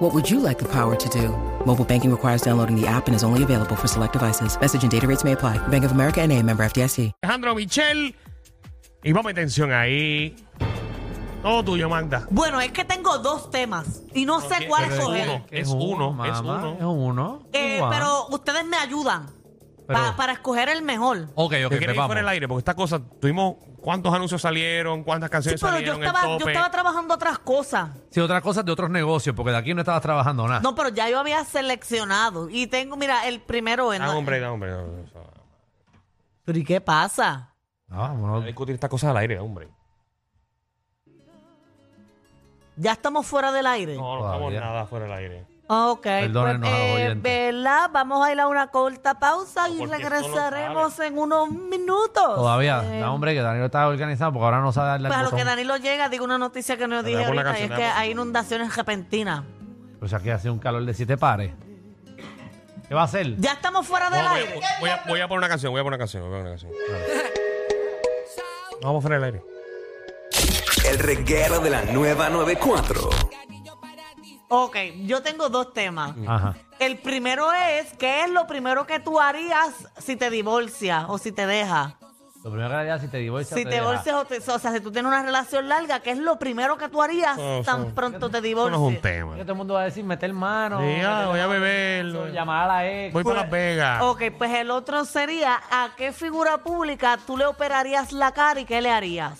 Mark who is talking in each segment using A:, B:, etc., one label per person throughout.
A: What would you like the power to do? Mobile banking requires downloading the app and is only available for select devices. Message and data rates may apply. Bank of America and a member FDIC.
B: Alejandro Michel. Y ponme atención ahí. Todo tuyo, manda.
C: Bueno, es que tengo dos temas y no sé cuál
B: pero es
C: escoger.
B: uno. Es uno, es
D: mamá,
B: uno.
D: Es uno.
C: Eh,
D: Guau.
C: pero ustedes me ayudan
D: Pero-
C: pa- para escoger el mejor.
D: Ok, ok,
B: Te quería
D: pues
B: ir
D: vamos.
B: fuera el aire, porque esta cosa, tuvimos cuántos anuncios salieron, cuántas
C: Sí,
B: canciones
C: pero yo
B: salieron,
C: estaba,
B: el
C: yo
B: tope. Ah,
C: estaba trabajando otras cosas.
D: Sí, otra cosa de otros negocios, porque de aquí no estabas trabajando nada.
C: No, pero ya yo había seleccionado. Y tengo, mira, el primero es.
B: Ah, hombre, no, hombre. no, no, no.
C: Pero ¿y qué pasa?
D: Ah, vámonos.
B: Hay que discutir estas cosas al aire, hombre.
C: Ya estamos fuera del aire.
B: No, no estamos
D: Todavía.
B: nada fuera del aire.
C: Ok. pues, eh,
D: Perdónenos a los oyentes.
C: ¿verdad? Vamos a ir a una corta pausa y
B: porque esto no
C: regresaremos en unos minutos.
D: Todavía.
C: Eh,
D: No, hombre, que Danilo está organizado porque ahora no sabe darle
C: Pues a
D: al
C: lo que
D: botón.
C: Danilo llega, digo una noticia que no
B: Le
C: dije
B: damos la
C: ahorita, y es
B: canción,
C: que
B: le damos.
C: hay inundaciones repentinas.
D: O sea, que Pues hace un calor de siete pares. ¿Qué va a hacer?
C: Ya estamos fuera
B: No,
C: del
B: voy,
C: aire.
B: a- voy a, voy a poner una canción, voy a poner una canción, voy a poner una canción. No, Vamos fuera del aire.
E: El reguero de la nueva 94.
C: Ok, yo tengo dos temas.
D: Ajá.
C: El primero es, ¿qué es lo primero que tú harías si te divorcias o si te dejas?
D: Lo primero que haría si te divorcias.
C: Si te
D: deja.
C: divorcias o, te- o sea, si tú tienes una relación larga, ¿qué es lo primero que tú harías
B: Eso-
C: tan pronto te
B: Eso no es un
C: divorcias?
B: tema.
D: Que todo el mundo va a decir meter mano.
B: Sí, ah,
D: meter
B: voy a
D: mano,
B: beberlo.
D: Llamar a la ex.
B: Voy para Las Vegas.
C: Ok, pues el otro sería, ¿a qué figura pública tú le operarías la cara y qué le harías?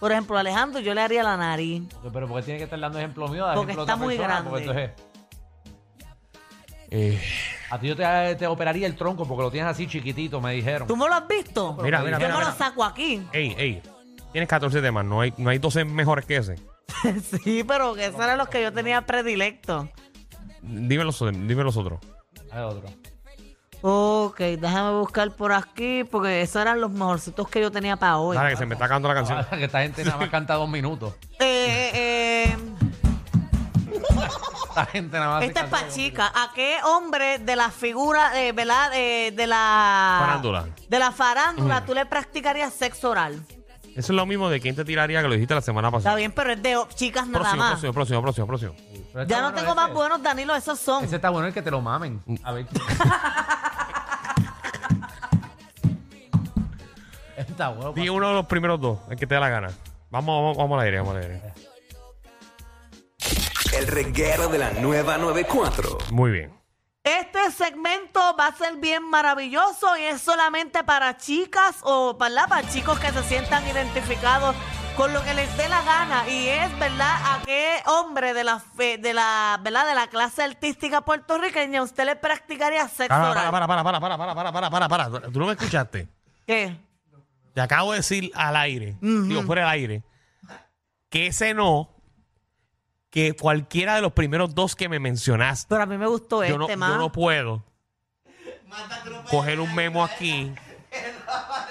C: Por ejemplo, a Alejandro, yo le haría la nariz.
D: Pero porque tiene que estar dando ejemplo mío, dar
C: Porque
D: ejemplo
C: está
D: a otra
C: muy
D: persona, porque
C: grande.
D: entonces,
B: Eh,
D: a ti yo te, te operaría el tronco porque lo tienes así chiquitito, me dijeron.
C: ¿Tú me lo has visto?
B: mira, mira,
C: yo
B: mira.
C: me
B: mira.
C: lo saco aquí.
B: Ey, ey. Tienes 14 temas, no hay, no hay 12 mejores que ese.
C: sí, pero que esos eran los que yo tenía predilectos.
B: Dime los, dime los otros.
D: Al otro.
C: Ok, déjame buscar por aquí porque esos eran los mejorcitos que yo tenía para hoy.
B: Dale, que se me está acabando la canción.
D: que esta gente nada más canta dos minutos.
C: Eh, eh,
D: Esta gente nada más.
C: eh,
D: se
C: esta es
D: canta
C: para
D: dos
C: chica. ¿A qué hombre de la figura, eh, ¿verdad? Eh, de la.
B: Farándula.
C: De la farándula, tú le practicarías sexo oral.
B: Eso es lo mismo de quién te tiraría que lo dijiste la semana
C: Está
B: pasada.
C: bien, pero es de o- chicas nada
B: Próximo,
C: más.
B: próximo, próximo, próximo, próximo.
D: minutos. Pero
C: Ya
D: está
C: no
D: bueno
C: tengo más
D: ese.
C: buenos, Danilo, esos son.
D: Ese está bueno el que te lo mamen. A ver. está bueno.
B: Di
D: pa-
B: uno de los primeros dos, el que te da la gana. Vamos, vamos, vamos al aire, vamos al aire.
E: El reguero de la nueva 94.
B: Muy bien.
C: Este segmento va a ser bien maravilloso y es solamente para chicas o para, para chicos que se sientan identificados con lo que les dé la gana y es verdad a qué hombre de la fe- de la verdad de la clase artística puertorriqueña usted le practicaría sexo
B: Para,
C: oral?
B: para, para, para, para, para, para, para, para, para. Tú no me escuchaste.
C: ¿Qué?
B: Te acabo de decir al aire, digo, fuera del aire, que ese no, que cualquiera de los primeros dos que me mencionaste,
C: Pero a mí me gustó
B: yo
C: este
B: no, yo
C: más.
B: no puedo coger un memo aquí.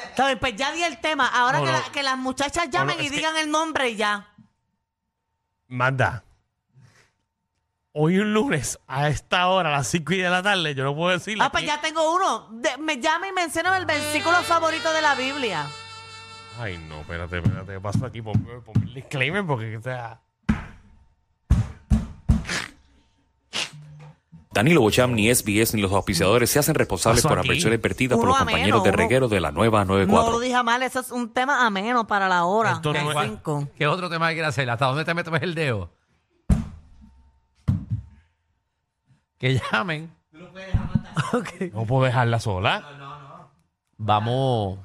C: Está bien, pues ya di el tema. Ahora
B: No,
C: que,
B: no.
C: la- que las muchachas llamen
B: no,
C: y
B: es que-
C: digan el nombre y ya.
B: Manda. Hoy un lunes, a esta hora, a las 5 y de la tarde, yo no puedo decirle.
C: Ah, pues
B: quién-
C: ya tengo uno. De- me llama y menciona el versículo favorito de la Biblia.
B: Ay, no, espérate, espérate, ¿qué pasó aquí? Ponme, ponme el disclaimer porque, o sea,
F: Danilo Bocham, ni SBS, ni los auspiciadores se hacen responsables
B: Pasó
F: por las
B: aquí.
F: versiones vertidas por
C: Uno
F: los
C: ameno,
F: compañeros de
C: uno-
F: reguero de la nueva
C: No lo
F: 94.
C: dije mal, eso es un tema ameno para la hora.
B: Esto no
C: de
B: es-
C: cinco.
D: ¿Qué otro tema quieres hacer? ¿Hasta dónde te metes el dedo? Que llamen.
B: no puedo dejarla sola.
D: Vamos.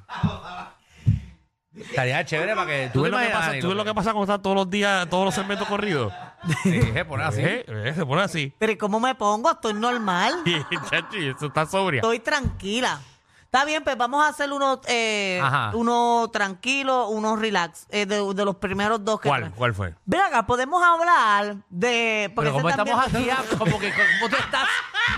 D: Estaría chévere para que.
B: ¿Tú
D: te
B: ves, lo que
D: imaginas,
B: pasa,
D: Danilo,
B: tú ves lo que pasa cuando están todos los días, todos los segmentos corridos?
D: Sí, je, poner así.
B: ¿Eh? ¿Eh? Se pone así.
C: Pero ¿y cómo me pongo? Estoy normal.
B: Y, chacho, y eso está sobria.
C: Estoy tranquila. Está bien, pues vamos a hacer uno, eh,
D: Ajá.
C: uno tranquilo, uno relax, eh, de, de los primeros dos que
B: ¿Cuál?
C: tra-
B: ¿Cuál fue?
C: Ven acá, podemos hablar de... porque
D: Pero
C: ese
D: como
C: también
D: estamos ah,
C: lo
D: haciendo,
C: quiero.
D: como que como tú estás,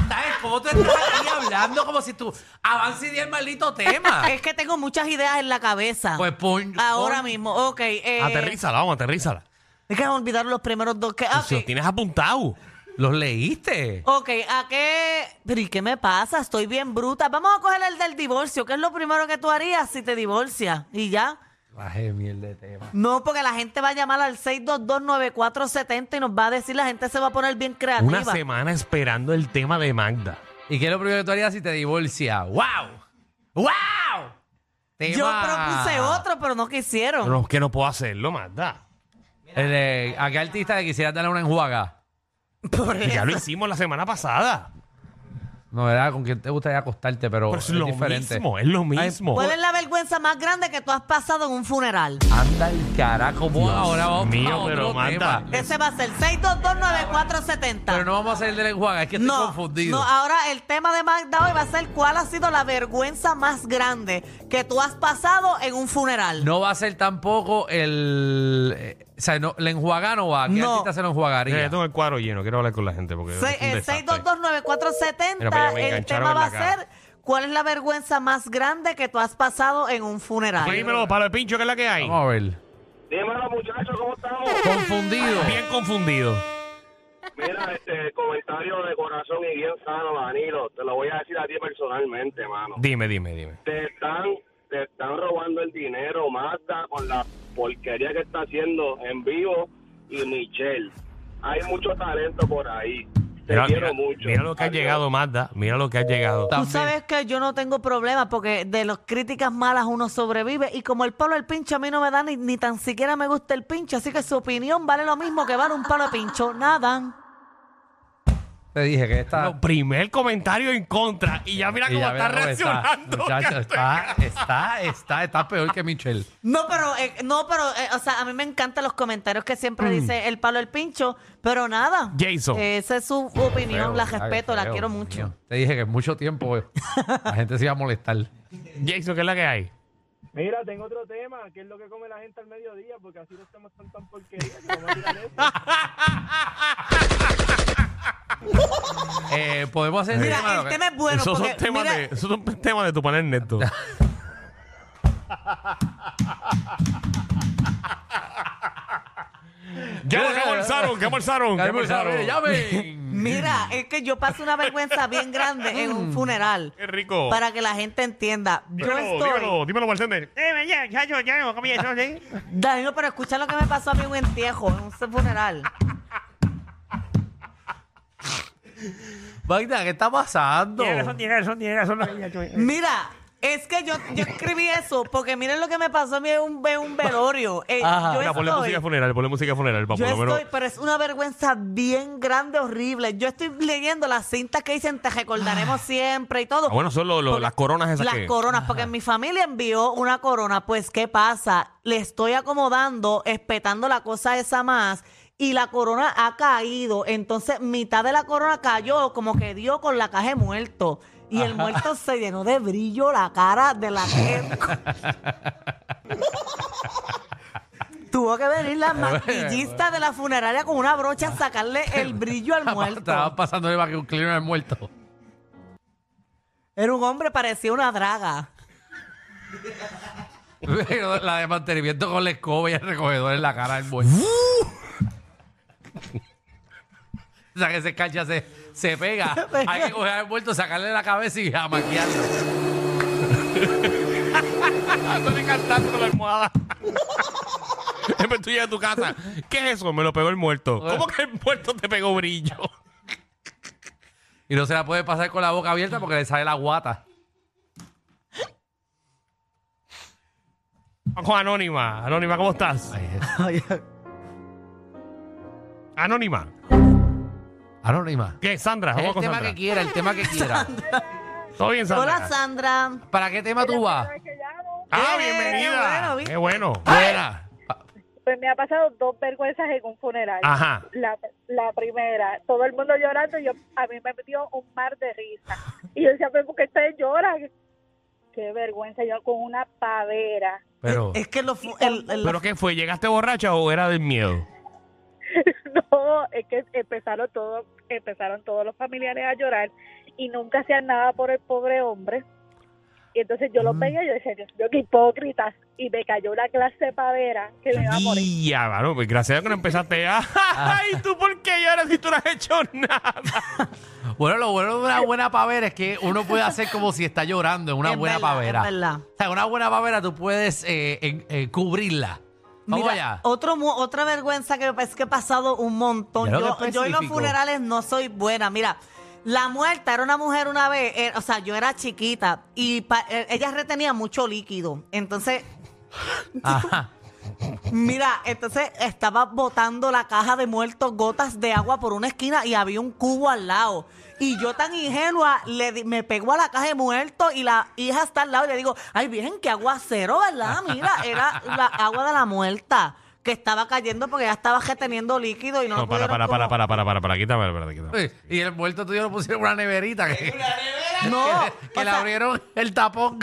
D: estás ¿Cómo tú estás aquí hablando como si tú avance y di el maldito tema?
C: Es que tengo muchas ideas en la cabeza.
D: Pues pon-
C: Ahora
D: pon-
C: mismo, ok. eh,
B: Aterrízala, vamos, aterrízala.
C: Es que me olvidaron los primeros dos que. ah,
B: Si los
C: ok.
B: tienes apuntado.
D: ¿Los leíste?
C: Ok, ¿a qué? Pero ¿y qué me pasa? Estoy bien bruta. Vamos a coger el del divorcio. ¿Qué es lo primero que tú harías si te divorcias? Y ya.
D: Baje mierda de tema.
C: No, porque la gente va a llamar al 6229470 y nos va a decir, la gente se va a poner bien creativa.
B: Una semana esperando el tema de Magda.
D: ¿Y qué es lo primero que tú harías si te divorcias? ¡Wow! ¡Wow!
C: Yo propuse otro, pero no quisieron.
B: Pero es que no puedo hacerlo, Magda.
D: El de- ¿A qué artista le quisieras darle una enjuaga?
C: Por
B: Que ya
C: eso.
B: lo hicimos la semana pasada.
D: No, ¿verdad? ¿Con quién te gustaría acostarte? Pero,
B: Pero es, Pues lo
D: diferente.
B: mismo, eh. es lo mismo.
C: ¿Cuál es la vergüenza más grande que tú has pasado en un funeral?
D: Anda el carajo. ¿cómo ahora vamos a
B: mío,
D: otro
B: pero
D: tema?
B: manda.
C: Ese va a ser 6229470.
D: Pero no vamos a hacer el de la enjuaga, es que estoy confundido.
C: no, ah. ahora el tema de Magda hoy va a ser cuál ha sido la vergüenza más grande que tú has pasado en un funeral.
D: No va a ser tampoco el... eh, o sea, no, la enjuaga no va. ¿Qué
C: No.
D: artista se lo enjuagaría?
B: Mira, yo tengo el cuadro lleno, quiero hablar con la gente porque.
C: Se- eh,
B: es un
D: eh,
C: el
B: desastre.
C: 6229470,
B: Mira, para allá me
C: el
B: engancharon
C: tema
B: en
C: va a
B: la cara.
C: ser cuál es la vergüenza más grande que tú has pasado en un funeral.
B: Dímelo, palo de pincho, que es la que hay.
D: Vamos a ver.
G: Dímelo, muchachos, ¿cómo estamos?
D: Confundido.
B: Bien confundido.
G: Mira, este comentario de corazón y bien sano, Danilo. Te lo voy a decir a ti personalmente, mano.
B: Dime, dime, dime.
G: Te están, te están robando el dinero, Marta, con la porquería que está haciendo en vivo y Michelle. Hay mucho talento por ahí. Te
B: Mira, mira-
G: quiero mucho.
B: mira lo que ha
G: Adiós.
B: llegado, Magda. Mira lo que ha llegado.
C: Tú
D: También.
C: sabes que yo no tengo problema porque de las críticas malas uno sobrevive y como el palo del pincho a mí no me da ni, ni tan siquiera me gusta el pincho, así que su opinión vale lo mismo que vale un palo de pincho. Nada.
D: Te dije que esta...
B: Lo primer comentario en contra. Y ya mira
D: Y
B: cómo
D: ya
B: está
D: veo cómo
B: reaccionando.
D: muchacho, está, está, está, está peor que Michelle.
C: No, pero, eh, no, pero, eh, o sea, a mí me encantan los comentarios que siempre dice el palo del pincho, pero nada.
B: Mm. Jason.
C: Esa es su opinión, la
D: Feo,
C: respeto,
D: ay,
C: la
D: feo,
C: quiero
D: Dios
C: mucho.
D: mío. Te dije que en mucho tiempo eh, la gente se iba a molestar.
B: Jason, ¿qué es la que hay?
H: Mira, tengo otro tema, que es lo que come la gente al mediodía, porque así los temas están tan porquerías. que vamos a tirar eso.
D: Eh, podemos hacer
C: Mira,
D: tema,
C: el
D: ¿no?
C: tema es bueno
B: esos,
C: porque
B: son temas
C: mira,
B: de, esos son temas de tu panel neto. ¿Qué almorzaron? ¿Qué almorzaron? ¿Qué
D: Carmen, Carmen,
B: almorzaron?
D: llamen.
B: Mm.
C: mira, es que yo paso una vergüenza bien grande en un funeral.
B: Qué rico.
C: Para que la gente entienda. Yo
B: Mm. Dímelo,
C: estoy.
B: dímelo, dímelo, bartender.
C: Danilo, pero escucha lo que me pasó a mí en un entierro, en un funeral.
D: Magda, ¿qué está pasando?
C: Eh, Mira, es que yo, yo escribí eso porque miren lo que me pasó a mí en un, en un velorio. Eh, yo
B: Mira, ponle música
C: estoy,
B: funeral, ponle música funeral. Para
C: yo
B: por lo menos.
C: estoy, pero es una vergüenza bien grande, horrible. Yo estoy leyendo las cintas que dicen te recordaremos siempre y todo.
B: Ah, bueno, son lo- lo-
C: Porque-
B: las coronas esas
C: Las
B: Ah, que-
C: coronas, porque mi familia envió una corona. Pues, ¿qué pasa? Le estoy acomodando, espetando la cosa esa más. Y la corona ha caído. Entonces, mitad de la corona cayó, como que dio con la caja de muerto. Y el muerto se llenó de brillo la cara de la gente. Tuvo que venir la maquillista de la funeraria con una brocha a sacarle el brillo al
D: Estaba
C: muerto.
D: pasándole para que un clima al muerto.
C: Era un hombre, parecía una draga.
D: Pero la de mantenimiento con la escoba y el recogedor en la cara del muerto. o sea, que ese cancha se, se pega. Hay que coger al muerto, sacarle la cabeza y a maquillarlo.
B: Estoy cantando con la almohada. Después tú llegas a tu casa. ¿Qué es eso? Me lo pegó el muerto. ¿Cómo que el muerto te pegó brillo?
D: Y no se la puede pasar con la boca abierta porque le sale la guata.
B: Vamos con Anónima. Anónima, ¿cómo estás? Anónima.
D: Anónima.
B: ¿Qué? Sandra,
D: El
B: Ah, vamos con
D: tema
B: Sandra.
D: que quiera, el tema que quiera.
B: ¿Todo bien, Sandra?
C: Hola, Sandra.
D: ¿Para qué tema tú vas?
B: Ah,
C: Eh,
B: bienvenida.
C: qué
B: Qué bueno.
D: Buena.
I: Pues me ha pasado dos vergüenzas en un funeral.
B: Ajá.
I: La, la primera, todo el mundo llorando, y yo a mí me dio un mar de risa. Y yo decía, pero ¿por qué ustedes lloran? Qué vergüenza, yo con una pavera.
D: Pero,
C: Es que lo fu- el- el-
B: ¿Pero qué fue? ¿Llegaste borracha o era del miedo?
I: No, es que empezaron todos, empezaron todos los familiares a llorar y nunca hacían nada por el pobre hombre. Y entonces yo
D: Mm.
I: los veía y yo decía, Dios mío, qué hipócritas. Y me cayó una clase de pavera que me iba a morir.
B: Ya, mano, pues gracias a Dios que no empezaste a. ¡Ay, tú por qué lloras si tú no has hecho nada!
D: Bueno, lo bueno de una buena pavera es que uno puede hacer como si está llorando en una
C: Es
D: buena
C: verdad,
D: pavera.
C: es verdad.
D: O sea, una buena pavera tú puedes eh, en- eh, cubrirla. Vamos allá.
C: Otro, mu- otra vergüenza que es que he pasado un montón.
D: Ya lo
C: Yo,
D: que
C: yo en los
D: específico.
C: funerales no soy buena. Mira, la muerta era una mujer una vez, eh, o sea, yo era chiquita y pa- eh, ella retenía mucho líquido. Entonces,
D: Ajá.
C: mira, entonces estaba botando la caja de muertos gotas de agua por una esquina y había un cubo al lado. Y yo tan ingenua le di- me pegó a la caja de muertos y la hija está al lado y le digo, ay bien, qué aguacero, ¿verdad? Mira, era la agua de la muerta que estaba cayendo porque ya estaba reteniendo líquido y no,
B: No,
C: lo
B: para, para,
C: pudieron
B: para,
C: como-
B: para, para, para, para, quítame, para, quítame.
D: Uy, Y el muerto tuyo lo pusieron en una neverita. Que,
C: No,
D: que,
C: o
D: le
C: sea-
D: abrieron el tapón.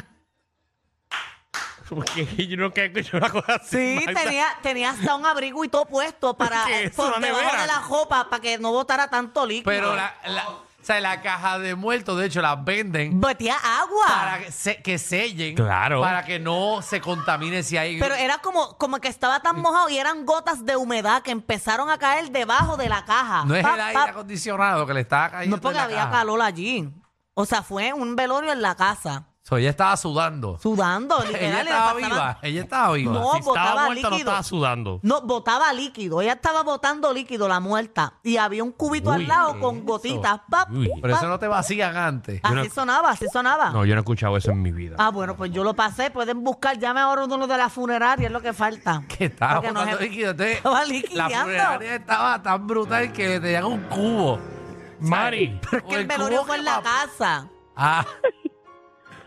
B: Porque yo no que yo una cosa así.
C: Sí,
B: Magda.
C: tenía, tenía hasta un abrigo y todo puesto para
B: ¿Qué es eso,
C: por
B: una
C: debajo
B: nevera?
C: de la ropa para que no botara tanto líquido.
D: Pero la, la- o sea, la caja de muertos, de hecho, las venden
C: Botía agua.
D: para que, se- que sellen.
B: Claro.
D: Para que no se contamine si hay.
C: Pero eh, era como, como que estaba tan mojado y eran gotas de humedad que empezaron a caer debajo de la caja.
D: no es
C: Pa,
D: el aire
C: pa.
D: acondicionado que le estaba cayendo.
C: No porque
D: en la
C: había
D: caja.
C: calor allí. O sea, fue un velorio en la casa,
D: So, ella estaba sudando.
C: sudando, literal.
D: ella
C: y le
D: estaba
C: pasaban-
D: viva. Ella estaba viva.
C: No,
B: si
C: botaba
B: estaba muerta, no
C: líquido.
B: estaba sudando.
C: No, botaba líquido. Ella estaba botando líquido, la muerta. Y había un cubito
B: Uy,
C: al lado
B: ¿qué
C: con
B: es
C: gotitas.
B: eso?
C: Pa,
B: Uy.
D: Por eso no te vacían antes.
C: Así
B: Yo no-
C: sonaba, así sonaba.
B: No, yo no he escuchado eso en mi vida.
C: Ah, bueno, pues yo lo pasé. Pueden buscar, llame ahora uno de la funeraria, es lo que falta.
D: Que estaba
C: Porque no
D: botando
C: se-
D: líquido. Entonces,
C: estaba liquidando.
D: La funeraria estaba tan brutal que le tenían un cubo.
B: Mari.
C: Pero es que
D: O
C: el
D: el
C: velorio
D: cubo
C: fue
D: que
C: en la
D: va-
C: casa.
D: Ah.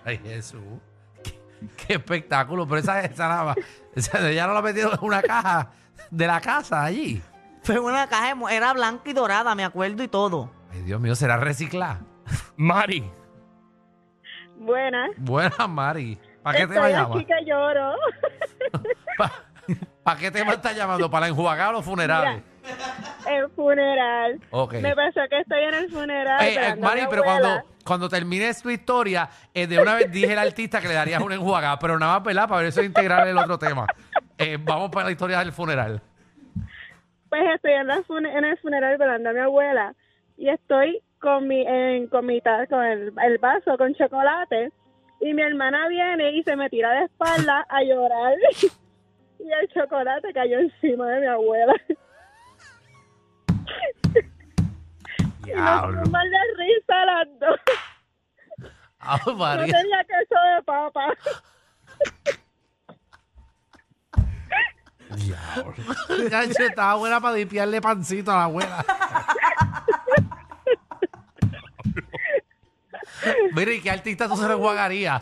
D: Ay, Jesús. Qué, qué espectáculo. Pero esa, esa nada más. Esa, ella no la metieron en una caja de la casa allí.
C: Fue una caja, de mo- era blanca y dorada, me acuerdo y todo.
D: Ay, Dios mío, será reciclar.
B: Mari.
I: Buena.
D: Buena, Mari. ¿Para qué te va a
I: Estoy
D: llamar?
I: aquí que lloro.
D: ¿Para qué te va a estar llamando? ¿Para enjuagar los funerales?
I: El funeral.
D: Ok.
I: Me pasó que estoy en el funeral.
D: Eh, eh,
I: esperando a mi
D: Mari, pero
I: abuela.
D: cuando, cuando termines tu historia, eh, de una vez dije al artista que le darías una enjuagada, pero nada más, ¿verdad? Para eso integrar el otro tema. Eh, vamos para la historia del funeral.
I: Pues estoy en, la fun- en el funeral velando a mi abuela y estoy con mi, en- con, mi ta- con el, el vaso con chocolate y mi hermana viene y se me tira de espalda a llorar y el chocolate cayó encima de mi abuela. Y nos fuimos mal de risa las dos.
D: Ah,
I: No
D: María.
I: tenía queso de papa.
D: Ya, che, estaba buena para limpiarle pancito a la abuela. Mira, ¿y qué artista tú se lo enjuagarías?